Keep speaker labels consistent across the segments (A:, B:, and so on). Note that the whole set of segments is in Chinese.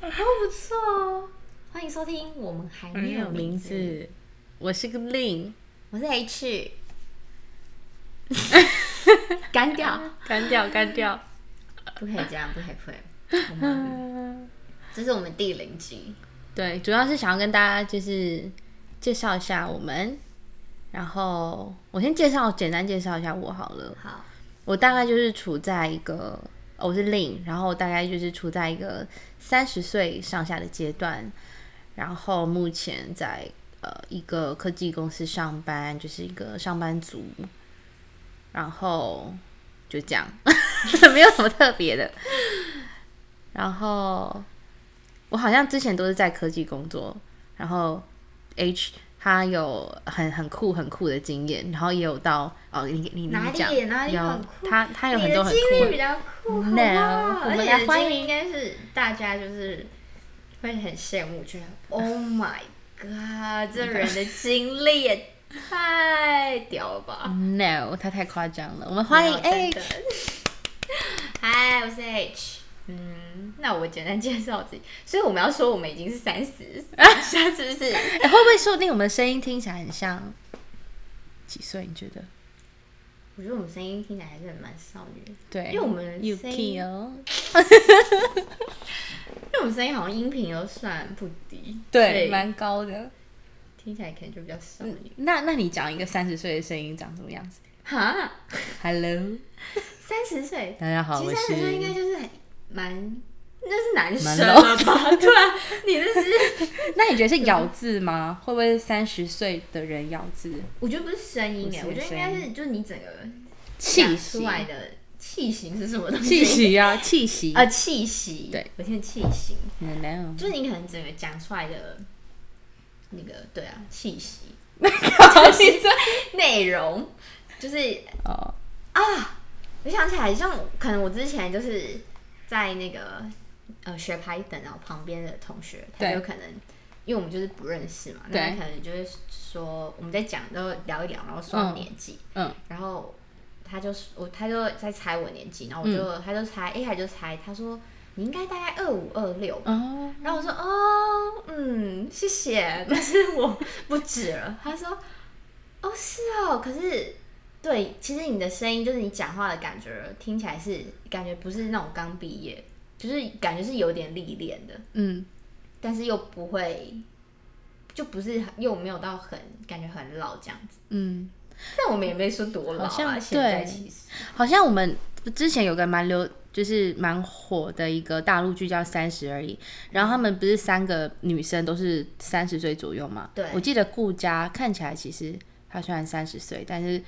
A: 哦，不错哦。欢迎收听，我们还嗯没有名字，
B: 字，我是个令，
A: 我是 H，干掉，
B: 干掉干掉。
A: 不可以这样，不可以，不可以。我们这是我们第零集，
B: 对，主要是想要跟大家就是介绍一下我们，然后我先介绍简单介绍一下我好了。
A: 好，
B: 我大概就是处在一个，哦我是令，然后大概就是处在一个三十岁上下的阶段，然后目前在呃一个科技公司上班，就是一个上班族，然后就这样， 没有什么特别的。然后我好像之前都是在科技工作，然后 H 他有很很酷很酷的经验，然后也有到哦，你你你
A: 哪里
B: 讲
A: 哪里
B: 有
A: 很酷
B: 他他有
A: 你
B: 很多
A: 的
B: 很
A: 经历比
B: 酷的，
A: 较酷，好不
B: No，
A: 好？
B: 我
A: 而且
B: 们来
A: 你的
B: 欢
A: 经历
B: 迎
A: 应该是大家就是会很羡慕，觉得 Oh my God，这人的经历也太屌了吧！
B: No，他太夸张了。我们欢迎
A: 没有
B: H，。
A: 真的 嗨，我是 H。嗯，那我简单介绍自己，所以我们要说我们已经是三 十，下是不是？
B: 哎、会不会说不定我们声音听起来很像几岁？你觉得？
A: 我觉得我们声音听起来还是蛮少女的，
B: 对，
A: 因为我们的声音
B: Yuki 哦，
A: 因为我们声音好像音频都算不低，所
B: 对，
A: 以
B: 蛮高的。
A: 听起来可能就比较少女。
B: 那那你讲一个三十岁的声音长什么样子
A: 哈，
B: ？Hello，
A: 三十岁，
B: 大家好，
A: 其
B: 我
A: 实三十岁应该
B: 是。
A: 就是很蛮，那是男
B: 蛮
A: 生了吧？ 对啊，你这是，
B: 那你觉得是咬字吗？会不会三十岁的人咬字？
A: 我觉得不是声音哎，
B: 不
A: 我觉
B: 是
A: 得应
B: 声
A: 该
B: 音
A: 是就是你整个
B: 气
A: 讲出
B: 息，
A: 来的气型是什么东西？
B: 气息啊，气息。
A: 啊，气息。
B: 对，
A: 我现在气型，
B: No，
A: 就是你可能整个讲出来的那个，对啊，气 息内容，就是
B: 哦，
A: 啊，我想起来，像可能我之前就是在那个呃学 Python，然后旁边的同学，他
B: 对
A: 有可能。因为我们就是不认识嘛，那
B: 对
A: 他可能就是说我们在讲都聊一聊，然后说
B: 嗯
A: 年纪，
B: 嗯，
A: 然后他就我他就在猜我年纪，然后我就、
B: 嗯
A: 他就猜，一、他就猜，他说你应该大概二五二六。
B: 哦，
A: 然后我说哦，嗯，谢谢，但是我不止了。他说哦，是哦，可是对，其实你的声音就是你讲话的感觉，听起来是感觉不是那种刚毕业，就是感觉是有点历练的，
B: 嗯，
A: 但是又不会，就不是又没有到很感觉很老这样子。
B: 嗯。
A: 但我们也没说多老
B: 好像
A: 啊，现在
B: 对
A: 其实。
B: 好像我们之前有个蛮流，就是蛮火的一个大陆剧叫《三十而已》，然后他们不是三个女生都是三十岁左右嘛？
A: 对
B: 我记得顾佳看起来其实她虽然三十岁，但是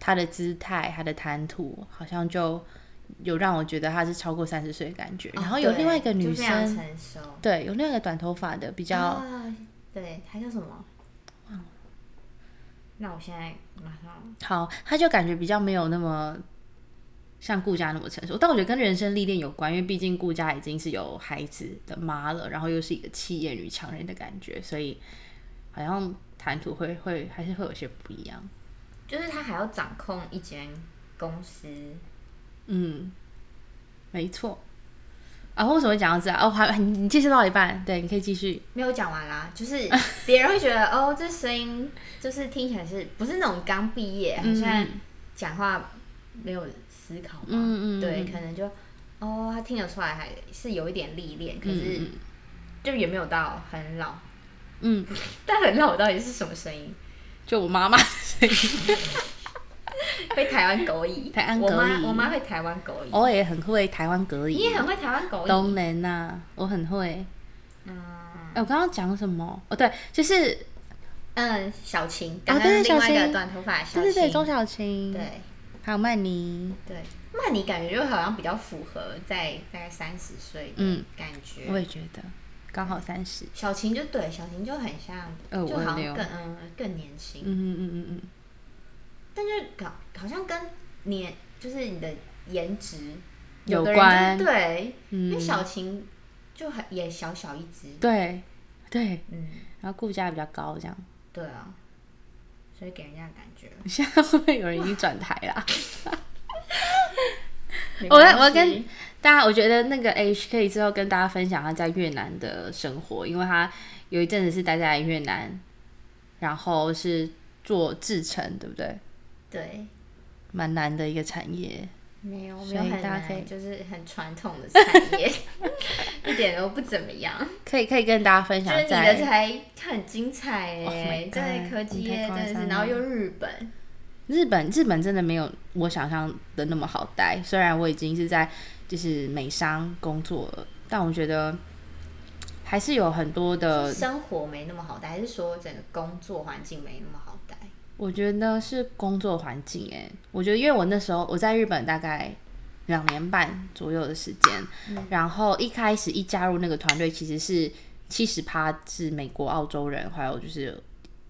B: 她的姿态、她的谈吐好像就有让我觉得她是超过三十岁的感觉。然后有
A: 哦对
B: 另外一个女
A: 就非常
B: 生，
A: 成熟，
B: 对，有另外一个短头发的比较、
A: 啊、对，她叫什么？忘了。那我现在马上
B: 好，他就感觉比较没有那么像顾家那么成熟，但我觉得跟人生历练有关，因为毕竟顾家已经是有孩子的妈了，然后又是一个气焰女强人的感觉，所以好像谈吐会会还是会有些不一样。
A: 就是她还要掌控一间公司，
B: 嗯，没错。啊，为什么会讲到这啊？哦，还你你介绍到一半，对，你可以继续。
A: 没有讲完啦。就是 别人会觉得哦，这声音就是听起来是不是那种刚毕业，
B: 嗯
A: 好像讲话没有思考嘛？
B: 嗯嗯嗯
A: 对，可能就哦，他听得出来还是有一点历练，可是
B: 嗯
A: 就也没有到很老。
B: 嗯，
A: 但很老到底是什么声音？
B: 就我妈妈 的声音，
A: 会台湾狗语，
B: 台湾
A: 我妈
B: 狗语哦
A: 我妈会台湾狗语，
B: 我也很会台湾格
A: 你
B: 语，
A: 也很会台湾狗语，
B: 东人呐，我很会。
A: 嗯
B: 哎、我刚刚讲什么？哦，对，就是
A: 嗯，小晴，
B: 啊
A: 刚
B: 对
A: 刚另
B: 小
A: 外一个
B: 晴
A: 短头发的小
B: 对
A: 晴，
B: 对对，钟小琴，
A: 对
B: 还有曼妮，
A: 对，曼妮感觉就好像比较符合在大概三十岁的
B: 嗯
A: 感觉，
B: 我也觉得刚好三十。
A: 小晴就对，小晴就很像，
B: 25
A: 就好像
B: 26
A: 更嗯更年轻，
B: 嗯嗯嗯嗯
A: 但就搞好像跟年就是你的颜值
B: 有
A: 的人就是
B: 关
A: 对，因为
B: 嗯
A: 小晴就很也小小一只
B: 嗯，，对对，
A: 嗯，
B: 然后顾家比较高，这样。
A: 对啊，所以给人家的感觉，
B: 现在会不会有人已经转台啦？我要我要跟 大家我觉得那个 H 可以之后跟大家分享他在越南的生活，因为他有一阵子是待在越南，然后是做制成，对不对？
A: 对，
B: 蛮难的一个产业。
A: 没有没
B: 所以
A: 有很
B: 大家可以
A: 难，就是很传统的产业， 一点都不怎么 样。
B: 可以可以跟大家分
A: 就
B: 享
A: 是你
B: 在，
A: 的才很精彩
B: Oh my
A: 哎、
B: god，
A: 在科技
B: 你太
A: 业
B: 夸
A: 真的
B: 张
A: 是，
B: 了
A: 然后又日本，
B: 日本日本真的没有我想象的那么好待。虽然我已经是在就是美商工作了，但我觉得还是有很多的
A: 生活没那么好待，还是说整个工作环境没那么好待？
B: 我觉得是工作环境诶、我觉得因为我那时候我在日本大概两年半左右的时间，然后一开始一加入那个团队，其实是七十趴是美国、澳洲人，还有就是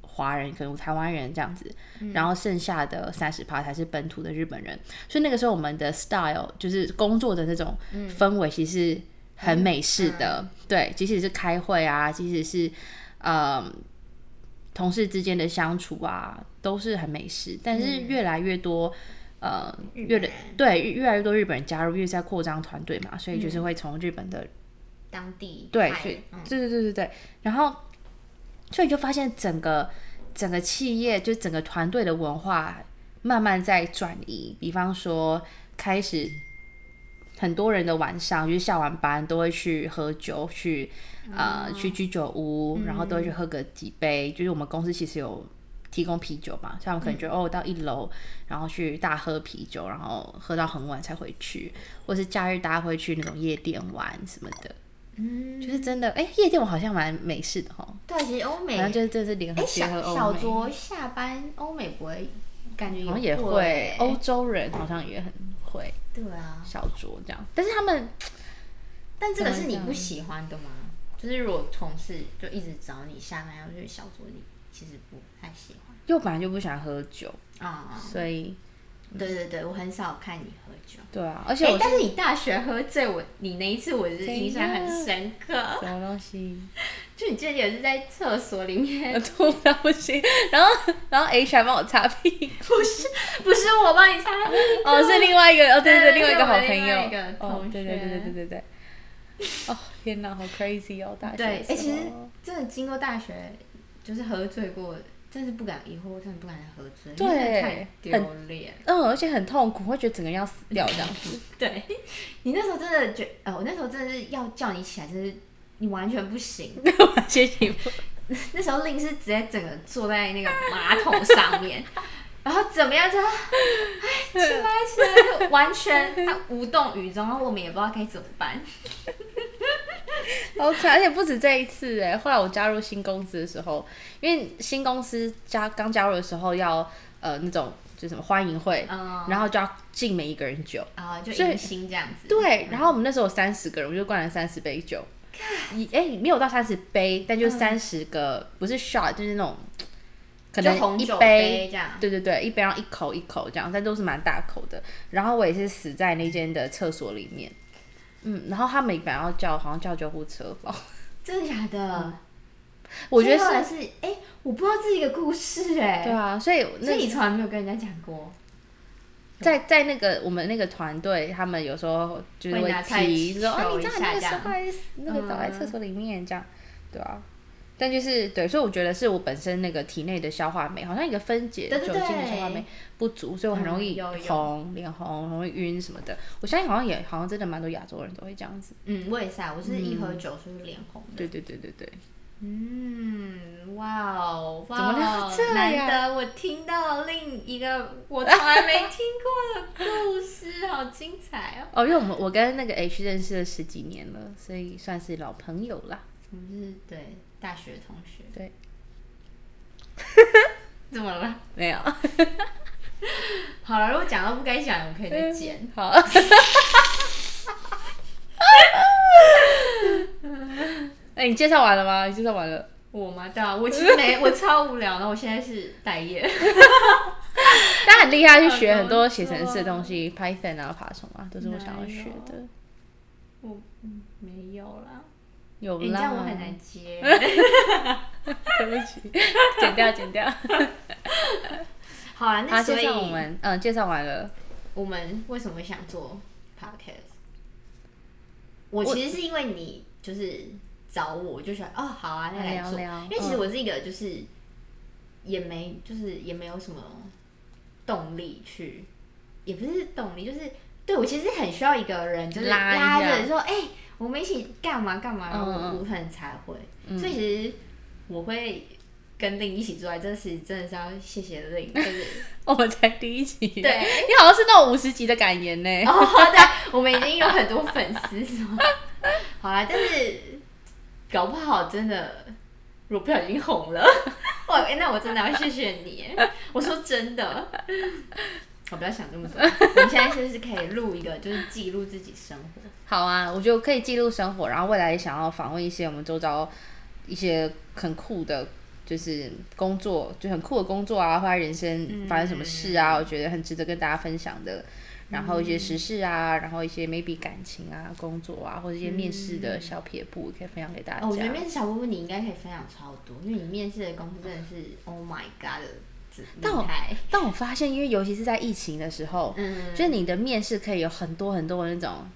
B: 华人，可能台湾人这样子，然后剩下的三十趴才是本土的日本人。所以那个时候我们的 style 就是工作的那种氛围，其实很美式的，对，即使是开会啊，即使是呃同事之间的相处啊，都是很美式。但是越来越多。呃，
A: 日
B: 越
A: 本
B: 来
A: 人
B: 对越越来越多日本人加入，因为在扩张团队嘛，所以就是会从日本的
A: 当地
B: 对，
A: 派
B: 所以
A: 的嗯
B: 对对对对对，然后所以就发现整个整个企业就整个团队的文化慢慢在转移，比方说开始很多人的晚上就是下完班都会去喝酒，去呃、去居酒屋，然后都会去喝个几杯，就是我们公司其实有。提供啤酒嘛，所以他们可能觉得、哦，到一楼然后去大喝啤酒，然后喝到很晚才回去，或是假日大家会去那种夜店玩什么的。
A: 嗯，
B: 就是真的，哎、夜店我好像蛮美式的哈，
A: 对，其实欧美
B: 然后就是真的是联合
A: 哎，
B: 结合
A: 小
B: 欧
A: 小
B: 美，
A: 酌下班，欧美不会，感觉
B: 好像也
A: 会
B: 会，，欧洲人好像也很会
A: 欸对啊。
B: 小酌这样，但是他们
A: 但这个是
B: 怎么
A: 你
B: 讲
A: 不喜欢的吗？就是如果同事就一直找你下班要去小酌，你其实不太喜欢
B: 又本来就不喜欢喝酒，
A: 啊、
B: 所以
A: 对对对，我很少看你喝酒。
B: 对啊，而且
A: 哎、
B: 我是、
A: 但是你大学喝醉，我你那一次我是印象很深刻，
B: 什么 东西
A: 就你记得有一次在厕所里面
B: 我， 吐到不行，然后然后 H 还帮我 擦屁股，
A: 不是不是我帮你擦，
B: 哦是另外一个哦对对对，
A: 对
B: 另外一个好
A: 我
B: 朋
A: 另外一个
B: 友，哦
A: 同
B: 对对对对
A: 学
B: 对对对，哦天哪，好 crazy 哦，大学
A: 对，哎、
B: 的时
A: 其实
B: 候
A: 真的经过大学，就是喝醉过，真是不敢，以后真的不敢再喝醉，
B: 对
A: 因为真的太丢脸。
B: 嗯，而且很痛苦，会觉得整个人要死掉这样 子。
A: 对，你那时候真的觉，呃，我那时候真的是要叫你起来，就是你完全不行。
B: 谢谢你。
A: 那时候令是直接整个坐在那个马桶上面， 然后怎么样就，哎，起来起来，完全他无动于衷，然后我们也不知道该怎么办。
B: 好惨，而且不止这一次哎。后来我加入新公司的时候，因为新公司加刚加入的时候要呃那种就什么欢迎会，
A: 嗯
B: 然后就要敬每一个人酒。
A: 啊、就
B: 所以
A: 迎新这样子。
B: 对，然后我们那时候有三十个人，我就灌了三十杯酒。你哎、没有到三十杯，
A: 嗯
B: 但就三十个、不是 shot，就是那种可
A: 就
B: 能
A: 红
B: 一
A: 酒
B: 杯
A: 杯这样
B: 对对对，一杯然后一口一口这样，但都是蛮大口的。然后我也是死在那间的厕所里面，嗯，然后他们本来要叫好像叫救护车吧，
A: 真的假的？
B: 嗯我觉得
A: 所以后
B: 是
A: 来是，哎、我不知道这是一个故事哎、
B: 对啊，所以
A: 所
B: 那
A: 以你从来没有跟人家讲过，
B: 在在那个我们那个团队，他们有时候就是
A: 会
B: 会
A: 拿菜
B: 提说，哦，
A: 秀
B: 你知道
A: 一
B: 那
A: 下
B: 个时
A: 这
B: 候
A: 样嗯
B: 还是那个倒在厕所里面这样，对啊。但就是对，所以我觉得是我本身那个体内的消化酶，好像一个分解
A: 对对
B: 酒
A: 对
B: 精的消化酶不足，所以我很容易
A: 嗯有有
B: 红、脸红、容易晕什么的。我相信好像也好像真的蛮多亚洲人都会这样子。
A: 嗯，我也是啊，我是一喝酒就是脸红的，
B: 对对对对对，
A: 嗯，哇哦，哇
B: 怎么聊
A: 哦
B: 到这，呀
A: 难得我听到另一个我从来没听过的故事，好精彩哦！
B: 哦，因为我们我跟那个 H 认识了十几年了，所以算是老朋友啦。
A: 我们是 对大学同学，
B: 对，
A: 怎么了？
B: 没有，
A: 好了，如果讲到不该讲的，我们可以再剪。
B: 好。 哎、你介绍完了吗？你介绍完了。
A: 我吗？对啊，我其实 没，我超无聊的，我现在是待业。
B: 但很厉害，去
A: 好
B: 学很多
A: 工
B: 写程
A: 作
B: 式的东西，Python 啊、爬虫啊，都是我想
A: 哪
B: 要
A: 有
B: 学的。
A: 我嗯，没有啦，
B: 有
A: 诶你这
B: 啦，
A: 样我很难接。
B: 对不起， 剪掉，剪 掉。
A: 好啊，
B: 好，
A: 那所
B: 介
A: 以
B: 绍我们，嗯，介绍完了。
A: 我们为什么会想做 podcast？我其实是因为你就是找我，我就想哦好啊，那来
B: 来
A: 做。
B: 聊
A: 因为其实我是一个就是、也没就是也没有什么动力去，也不是动力，就是对我其实很需要一个人，就是
B: 拉一
A: 拉
B: 下
A: 着说哎、我们一起干嘛干嘛，然后
B: 嗯嗯
A: 我我可能才会。所以其实我会跟令一起坐在这时，真的是要谢谢令，就是
B: 我们才第一集，
A: 对。
B: 你好像是那种五十集的感言呢。
A: 哦， 对，我们已经有很多粉丝，是吗？好啦，但是搞不好真的，如果不小心红 了，哇、欸，那我真的要谢谢你耶。我说真的，我不要想这么多。我们现在就是可以录一个，就是记录自己生活。
B: 好啊，我觉得可以记录生活，然后未来也想要访问一些我们周遭一些很酷的，就是工作，就很酷的工作啊，或者人生发生什么事啊，我觉得很值得跟大家分享的。然后一些时事啊，然后一些 maybe 感情啊、工作啊，或者一些面试的小撇步，也可以分享给大家。
A: 哦，我觉得面试小波波你应该可以分享超多，因为你面试的公司真的是 Oh my God 的
B: 但
A: 厉
B: 我
A: 害。
B: 但我发现，因为尤其是在疫情的时候，
A: 嗯，
B: 就是你的面试可以有很多很多的那种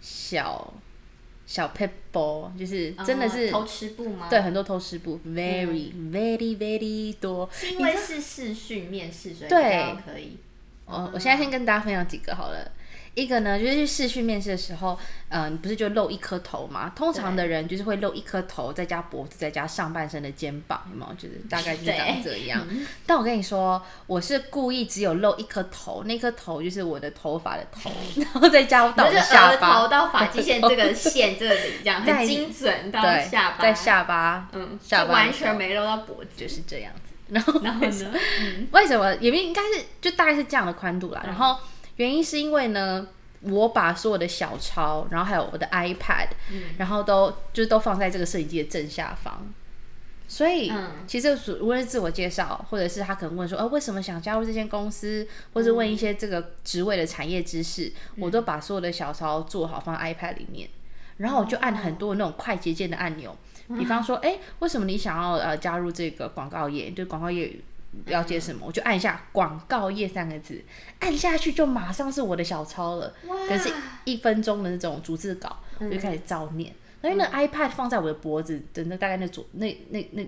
B: 小小 people，就是真的是、
A: 哦偷吃布吗？
B: 对，很多偷师部，very、very
A: 嗯
B: very 多。
A: 是因为是视讯面试，所以比
B: 对
A: 较可以。
B: 哦我我现在先跟大家分享几个好了。一个呢，就是去试训面试的时候，嗯、你不是就露一颗头嘛？通常的人就是会露一颗头，再加脖子，再加上半身的肩膀，有没有？就是大概就是长这样。 但我跟你说，我是故意只有露一颗头，那颗头就是我的头发的头，然后再加到我
A: 就
B: 的
A: 是
B: 下
A: 额
B: 巴
A: 头，到发际线这个线这里，这样
B: 在
A: 很精准到
B: 对，
A: 下巴，
B: 在下巴，
A: 嗯，
B: 下
A: 就
B: 巴
A: 完
B: 的
A: 全
B: 头
A: 没露到脖子。
B: 就是这样子。然后
A: 然后呢？
B: 为什么？也不应该是就大概是这样的宽度啦。然后原因是因为呢，我把所有的小抄，然后还有我的 iPad，、然后都就是都放在这个摄影机的正下方。所以，
A: 嗯
B: 其实属无论是自我介绍，或者是他可能问说，呃，为什么想加入这间公司，或者问一些这个职位的产业知识，我都把所有的小抄做好放在 iPad 里面，然后我就按很多那种快捷键的按钮，比方说，哎、为什么你想要呃加入这个广告业？对广告业了解什么？我就按一下“广告业”三个字，按下去就马上是我的小抄了，
A: 哇
B: 可能是一分钟的那种逐字稿，我就开始照念。那因为那 iPad 放在我的脖子的那大概那左那那那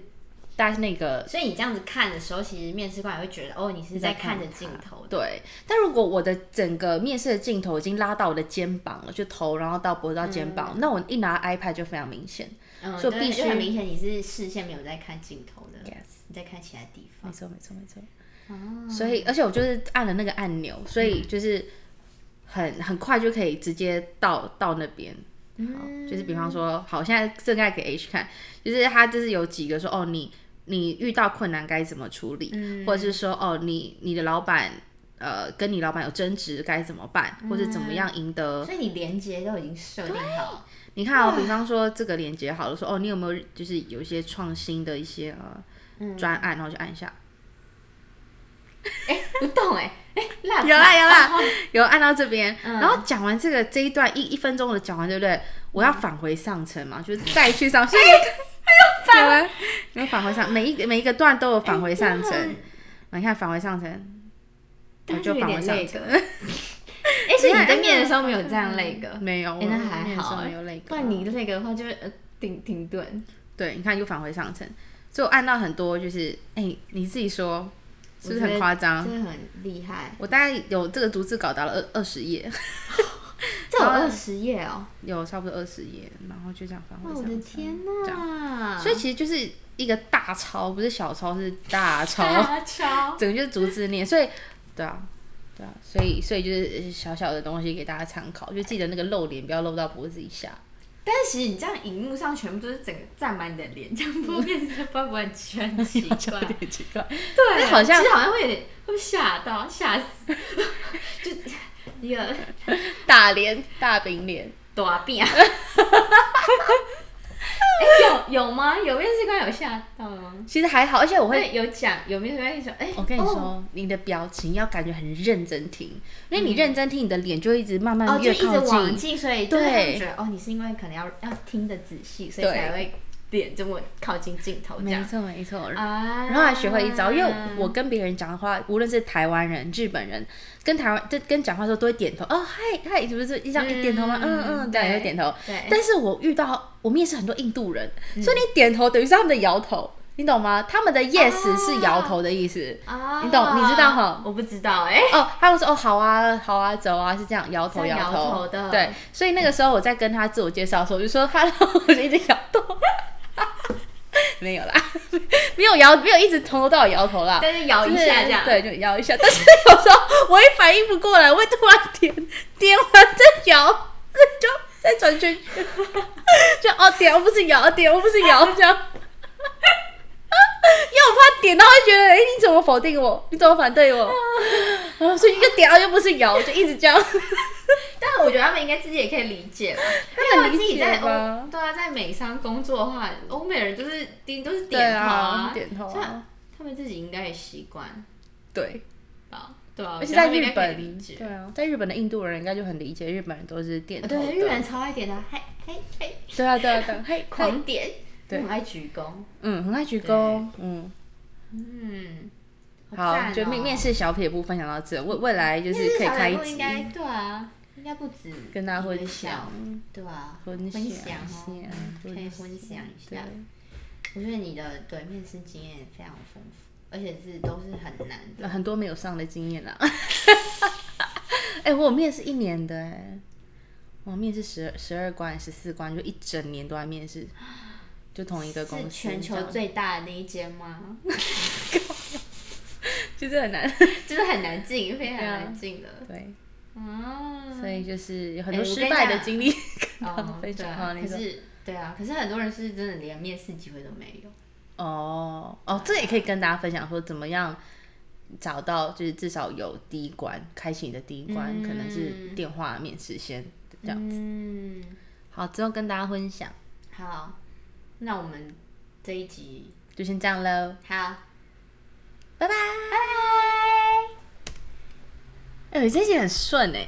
B: 大概是那个
A: 所以你这样子看的时候，其实面试官也会觉得，哦，你是在看着镜头的。
B: 对，但如果我的整个面试的镜头已经拉到我的肩膀了，就头然后到脖子到肩膀，那我一拿 iPad 就非常明显。
A: 嗯，
B: 所以
A: 对
B: 必须
A: 就很明显你是视线没有在看镜头的
B: Yes
A: 你在看其他地
B: 没
A: 方。
B: 错，没错，没错。
A: 哦，
B: 所以，而且我就是按了那个按钮，所以就是很很快就可以直接到到那边。好，就是比方说，好，现在正在给 H 看，就是他就是有几个说，哦，你你遇到困难该怎么处理，或者是说，哦，你你的老板呃跟你老板有争执该怎么办，或者怎么样赢得
A: 所以你连接都已经设定好，
B: 你看哦，比方说这个连接好了，说哦，你有没有就是有一些创新的一些呃专案，然后就按一下，
A: 哎，不动哎，哎，辣
B: 有啦有啦， 有按到这边，
A: 嗯
B: 然后讲完这个这一段一一分钟的讲完，对不对？我要返回上层
A: 嗯
B: 嘛，就是再去上， 所以还有返，有没有返回上？每一个每一个段都有返回上层，
A: 哎
B: 你看返回上层，我
A: 但是
B: 就
A: 有
B: 返回
A: 点
B: 上
A: 累
B: 层，
A: 个。哎，所以你在面的时候没有这样累个。
B: 没有，
A: 哎那还
B: 我面
A: 好
B: 试
A: 哎
B: 没有累
A: 不
B: 过，
A: 然你那个的话就是呃停停顿，
B: 对，你看又返回上层，所以我按到很多就是，哎，你自己说是不是
A: 我觉
B: 很
A: 得
B: 夸张？
A: 真的很厉 害。
B: 我大概有这个逐字稿打了二二十页，
A: 这有二十页哦，
B: 有差不多二十页，然后就这样翻回
A: 哇，
B: 上
A: 我
B: 来。
A: 的天啊哪！
B: 所以其实就是一个大抄，不是小抄，是大 抄，
A: 大超
B: 整个就是逐字念。所以，对啊，对啊，所以所以就是小小的东西给大家参考，就记得那个露脸不要露到脖子以 下。
A: 但是其实你这样荧幕上全部都是整个占满你的脸，这样不会变成会不会很奇很奇怪？
B: 有点奇怪，
A: 对，啊
B: 那好像
A: 其实好像会有点会被吓到，吓死， 就一个
B: 大脸大饼脸，
A: 大 病。哎，有有吗？有面试官有吓到吗？
B: 其实还好，而且我会。
A: 会有讲，有面试官会说，哎，
B: 我跟你说，
A: 哦嗯
B: 你的表情要感觉很认真听，因为你认真听，你的脸就一直慢慢
A: 哦，就
B: 越
A: 一直
B: 靠近，
A: 往近，所以就是他
B: 对
A: 们觉得哦，你是因为可能要要听得仔细，所以
B: 对
A: 才会脸这么靠近镜头这
B: 没
A: 样
B: 错没错。
A: 啊
B: 然后还学会一招，因为我跟别人讲话，无论是台湾人、日本人，跟台湾跟跟讲话的时候都会点头，哦嗨嗨，是不是这样一点头吗？嗯嗯，这样也会点头。
A: 对，
B: 但是我遇到我面试很多印度人，所以你点头等于是他们的摇头，你懂吗？他们的 yes 是摇头的意思。
A: 啊
B: 你懂你知道哈
A: 我不知道哎、
B: 哦，他会说哦好啊好啊走啊是这样摇头
A: 这样
B: 摇
A: 摇头的
B: 对，所以那个时候我在跟他自我介绍的时候，我就说 hello，我就一直摇头，没有啦， 没有摇没有一直从头到尾摇头啦，
A: 但是摇一下这样，
B: 对，就摇一下。但是有时候我一反应不过来，我会突然点点完再摇，就再转圈 圈，就哦点我不是摇，点我不是摇这样。因为我怕点到会觉得，哎、你怎么否定我？你怎么反对我？然后所以又点到又不是摇，就一直这样。
A: 但我觉得他们应该自己也可以理解吧，因为
B: 他
A: 他
B: 们
A: 们自己
B: 理
A: 在
B: 解吧
A: 欧，对啊，在美商工作的话，欧美人就是顶都是
B: 对
A: 点头
B: 啊，点头
A: 所以
B: 啊，
A: 他们自己应该也习惯
B: 对。
A: 吧，对啊，
B: 而且
A: 我觉得他
B: 在
A: 们应
B: 日
A: 该可以理
B: 本，
A: 解。
B: 对啊，在日本的印度人应该就很理解，日本人都是点
A: 啊
B: 头的。
A: 对，日本人超爱点的，嘿嘿 嘿，
B: 对啊，对啊，对啊，嘿，
A: 狂点，
B: 对
A: 很爱鞠躬，
B: 嗯，很爱鞠躬，嗯。
A: 嗯，
B: 好，
A: 赞
B: 就
A: 哦
B: 面面试小撇步分享到这，未未来就是
A: 面试
B: 可以
A: 小
B: 开
A: 礼
B: 一
A: 物应
B: 集
A: 该对啊，应该不止
B: 跟大家
A: 一
B: 分
A: 个
B: 享
A: 小，对啊，
B: 分
A: 享
B: 享
A: 哦
B: 一下
A: 嗯可以分享一
B: 对
A: 下。我觉得你的对面试经验非常丰富，而且是都是很难的。
B: 呃很多没有上的经验啦。 哎、我有面试一年的哎、我面试十二十二关十四关，就一整年都在面试，就同一个公司
A: 是，全
B: 这
A: 球
B: 样
A: 最大的那一间吗？
B: 就是很难
A: 就是很难进，非常
B: 对啊
A: 难进的。
B: 对，
A: 啊，
B: 所以就是有很
A: 哎
B: 多
A: 我跟
B: 失
A: 你
B: 败的
A: 讲
B: 经历 跟他
A: 哦
B: 们，分
A: 对
B: 享
A: 啊
B: 啊，，那
A: 可
B: 种
A: 是对啊，可是很多人是真的连面试机会都没有。
B: 哦哦，这也可以跟大家分享说怎么样找到，就是至少有第一关，开启你的第一关，
A: 嗯
B: 可能是电话面试先这样。
A: 嗯，
B: 好，之后跟大家分享，
A: 好，那我们这一集
B: 就先这样喽，
A: 好，
B: 拜
A: 拜
B: 拜。
A: 拜。
B: 哎、我这集很顺哎、